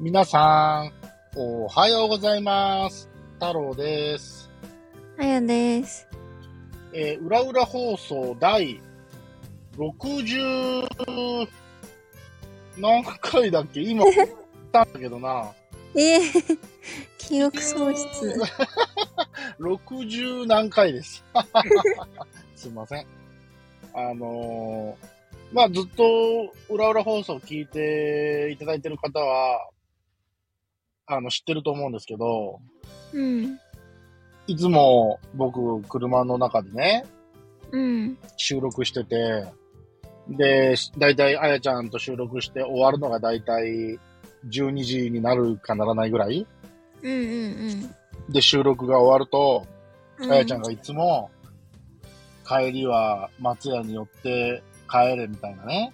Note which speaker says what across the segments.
Speaker 1: 皆さん、おはようございます。太郎です。
Speaker 2: あやです。
Speaker 1: えー、裏裏放送第60何回だっけ今、言ったんだけどな。
Speaker 2: ええ 記憶喪失。
Speaker 1: 60何回です。 すいません。あのーまあ、ずっと、裏裏放送聞いていただいてる方は、あの、知ってると思うんですけど、
Speaker 2: うん。
Speaker 1: いつも僕、車の中でね、
Speaker 2: うん。
Speaker 1: 収録してて、で、だいたいあやちゃんと収録して終わるのがだいたい12時になるかならないぐらい
Speaker 2: うんうん
Speaker 1: で、収録が終わると、
Speaker 2: うん。
Speaker 1: あやちゃんがいつも、帰りは松屋に寄って帰れみたいな ね。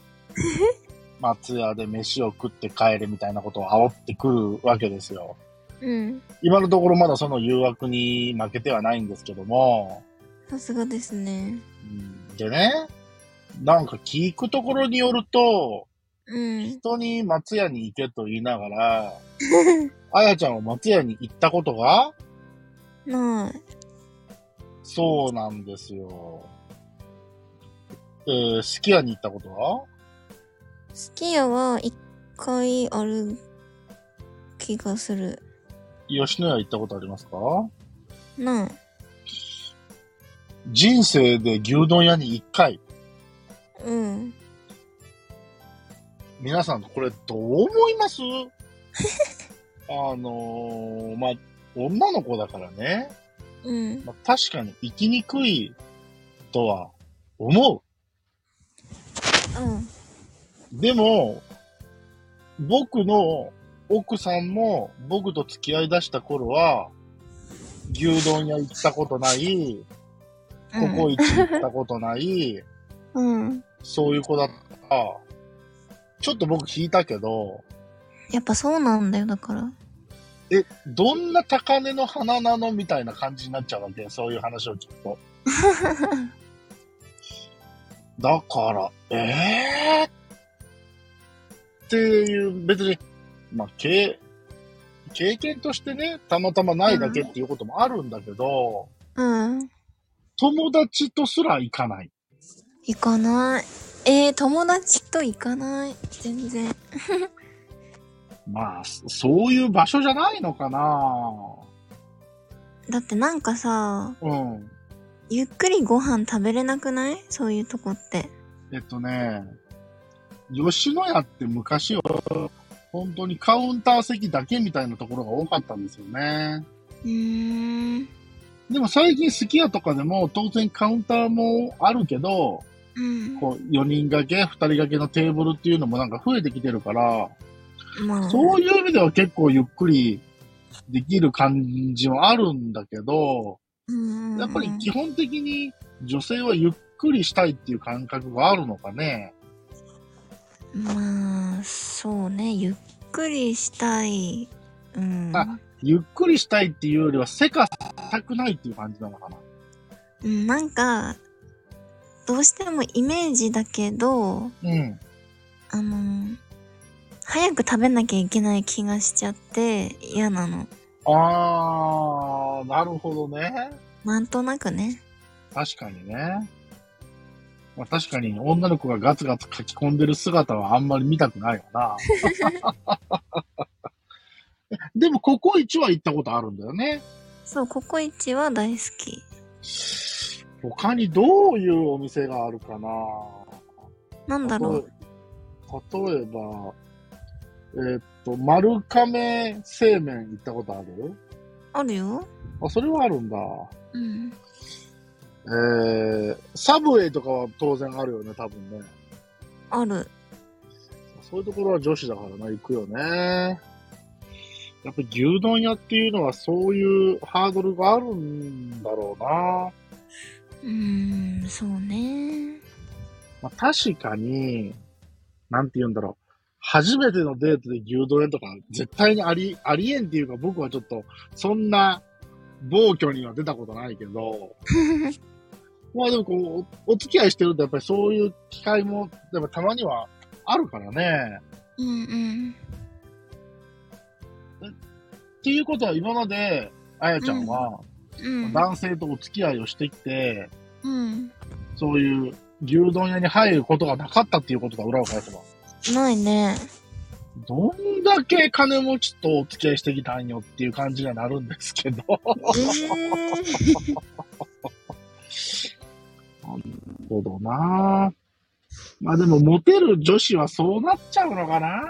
Speaker 1: 松屋で飯を食って帰れみたいなことを煽ってくるわけですよ。
Speaker 2: うん。
Speaker 1: 今のところまだその誘惑に負けてはないんですけども、
Speaker 2: さすがですね。
Speaker 1: うんでね、なんか聞くところによると、
Speaker 2: うん。
Speaker 1: 人に松屋に行けと言いながら、あやちゃんは松屋に行ったことが
Speaker 2: ない。
Speaker 1: そうなんですよ。えー、すき家に行ったことは
Speaker 2: スキヤは一回ある気がする。
Speaker 1: 吉野家行ったことありますか
Speaker 2: ない。
Speaker 1: 人生で牛丼屋に一回。
Speaker 2: うん。
Speaker 1: 皆さん、これどう思いますあのーまあ、女の子だからね。
Speaker 2: うん。
Speaker 1: まあ、確かに生きにくいとは思
Speaker 2: うん。
Speaker 1: う。でも、僕の奥さんも僕と付き合い出した頃は、牛丼屋行ったことない、ココイチ行ったことない、
Speaker 2: うん。
Speaker 1: そういう子だったから、ちょっと僕聞いたけど、
Speaker 2: やっぱそうなんだよ、だから。
Speaker 1: え、どんな高嶺の花なのみたいな感じになっちゃうわけ、そういう話を聞くと。だから、えー、っていう、別に、まあ、経、経験としてね、たまたまないだけっていうこともあるんだけど、
Speaker 2: うん。
Speaker 1: 友達とすら行かない。
Speaker 2: 行かない。えー、友達と行かない。全然。
Speaker 1: まあ、そそういう場所じゃないのかな
Speaker 2: だってなんかさ、
Speaker 1: うん。
Speaker 2: ゆっくりご飯食べれなくないそういうとこって。
Speaker 1: えっとね、吉野家って昔は本当にカウンター席だけみたいなところが多かったんですよね。
Speaker 2: うーん。
Speaker 1: でも最近すき家とかでも当然カウンターもあるけど、
Speaker 2: うん。
Speaker 1: こう4人掛け、2人掛けのテーブルっていうのもなんか増えてきてるから、
Speaker 2: まあ、
Speaker 1: そういう意味では結構ゆっくりできる感じはあるんだけど、
Speaker 2: うん
Speaker 1: やっぱり基本的に女性はゆっくりしたいっていう感覚があるのかね。
Speaker 2: まあ、そうね。ゆっくりしたい。うん。
Speaker 1: あゆっくりしたいっていうよりは、せかしたくないっていう感じなのかな。
Speaker 2: うん、なんか、どうしてもイメージだけど、
Speaker 1: うん。
Speaker 2: あの、早く食べなきゃいけない気がしちゃって嫌なの。
Speaker 1: あー、なるほどね。
Speaker 2: なんとなくね。
Speaker 1: 確かにね。まあ、確かに女の子がガツガツ書き込んでる姿はあんまり見たくないよな。 でも、ココイチは行ったことあるんだよね。
Speaker 2: そう、ココイチは大好き。
Speaker 1: 他にどういうお店があるかな
Speaker 2: なんだろう。
Speaker 1: 例え例えば、えーっと、丸亀製麺行ったことある
Speaker 2: あるよ。
Speaker 1: あ、それはあるんだ。
Speaker 2: うん。
Speaker 1: えー、サブウェイとかは当然あるよね、多分ね。
Speaker 2: ある。
Speaker 1: そういうところは女子だからな、行くよね。やっぱり牛丼屋っていうのはそういうハードルがあるんだろうな。
Speaker 2: うーん、そう ね。
Speaker 1: まあ、確かに、なんて言うんだろう。初めてのデートで牛丼屋とか絶対にあり、ありえんっていうか僕はちょっとそんな暴挙には出たことないけど、まあでもこう、おお付き合いしてるとやっぱりそういう機会も、やっぱたまにはあるからね。
Speaker 2: うんうん。
Speaker 1: っていうことは今まで、あやちゃんは
Speaker 2: うん。
Speaker 1: 男性とお付き合いをしてきて、
Speaker 2: うん。
Speaker 1: そういう牛丼屋に入ることがなかったっていうことが裏を返せば。
Speaker 2: ない ね。
Speaker 1: どんだけ金持ちとお付き合いしてきたんよっていう感じにはなるんですけど。
Speaker 2: えー、
Speaker 1: ほどなまあでも、モテる女子はそうなっちゃうのかな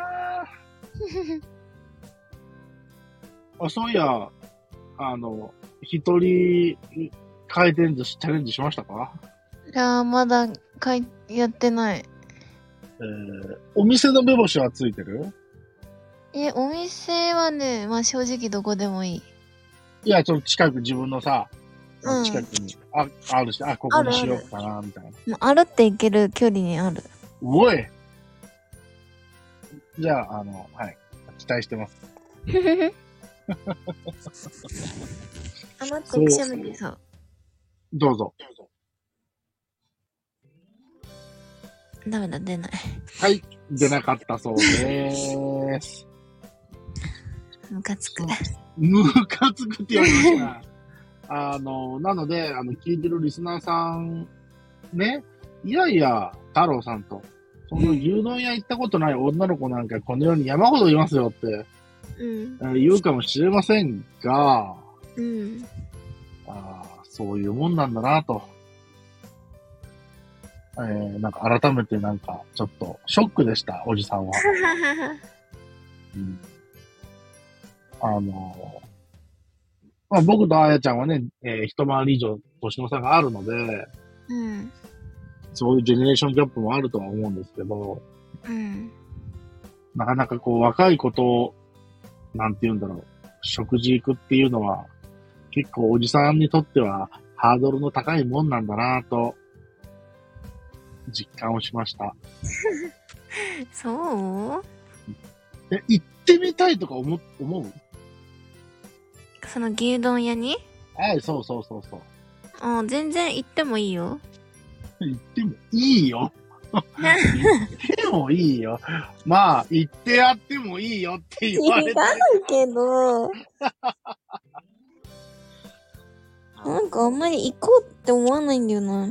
Speaker 1: あ、そういや、あの、一人回転寿司チャレンジしましたか
Speaker 2: いやー、まだ、かい、やってない。
Speaker 1: えー、お店の目星はついてる
Speaker 2: え、お店はね、まあ正直どこでもいい。
Speaker 1: いや、ちょっと近く自分のさ、
Speaker 2: うん
Speaker 1: 近くに、あ、あるし、あ、ここにしようかな、みたいな。
Speaker 2: まあ歩って行ける距離に ある。
Speaker 1: おいじゃあ、あの、はい。期待してます。
Speaker 2: あ、待って、くしゃみ出そう。
Speaker 1: どうぞ。
Speaker 2: ダメだ、出ない。
Speaker 1: はい。出なかったそうです。
Speaker 2: ムカつく。
Speaker 1: ムカつくって言われました。あの、なので、あの、聞いてるリスナーさん、ね、いやいや、太郎さんと、その牛丼屋行ったことない女の子なんかこの世に山ほどいますよって
Speaker 2: うん。
Speaker 1: えー言うかもしれませんが、
Speaker 2: うん。
Speaker 1: あーそういうもんなんだなと。えー、なんか改めてなんか、ちょっと、ショックでした、おじさんは。うんあの、まあ、僕とあやちゃんはね、えー一回り以上年の差があるので、
Speaker 2: うん。
Speaker 1: そういうジェネレーションギャップもあるとは思うんですけど、
Speaker 2: うん。
Speaker 1: なかなかこう若い子と、なんて言うんだろう、食事行くっていうのは、結構おじさんにとってはハードルの高いもんなんだなぁと、実感をしました。
Speaker 2: そう
Speaker 1: え、行ってみたいとか思う、思う
Speaker 2: その牛丼屋に
Speaker 1: はい、そうそうそうそう。
Speaker 2: うん、全然行ってもいいよ。
Speaker 1: 行ってもいいよ。行ってもいいよ。まあ、行ってやってもいいよって言われて。
Speaker 2: けど、なんかあんまり行こうって思わないんだよな。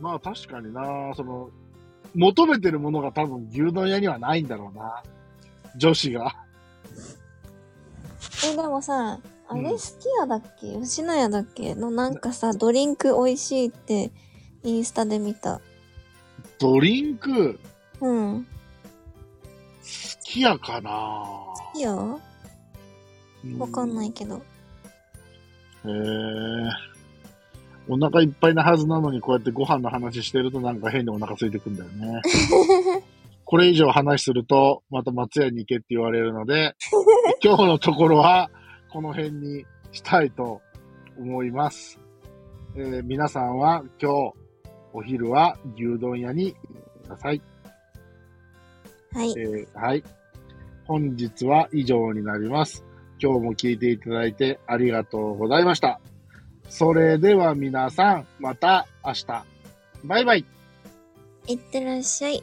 Speaker 1: まあ確かにな、その、求めてるものが多分牛丼屋にはないんだろうな。女子が。
Speaker 2: え、でもさ、あ
Speaker 1: うん
Speaker 2: れ、すき家だっけ吉野家だっけのなんかさ、ドリンク美味しいって、インスタで見た。
Speaker 1: ドリンク、
Speaker 2: うん。
Speaker 1: 好きやかな。
Speaker 2: いいよ。わかんな
Speaker 1: へ
Speaker 2: いけど。
Speaker 1: え。お腹いっぱいなはずなのに、こうやってご飯の話してるとなんか変にお腹空いてくんだよね。これ以上話すると、また松屋に行けって言われるので、今日のところは、この辺にしたいと思います。えー皆さんは今日、お昼は牛丼屋に行ってください。
Speaker 2: はい
Speaker 1: え。ーはい。本日は以上になります。今日も聞いていただいてありがとうございました。それでは皆さん、また明日。バイバイ。
Speaker 2: いってらっしゃい。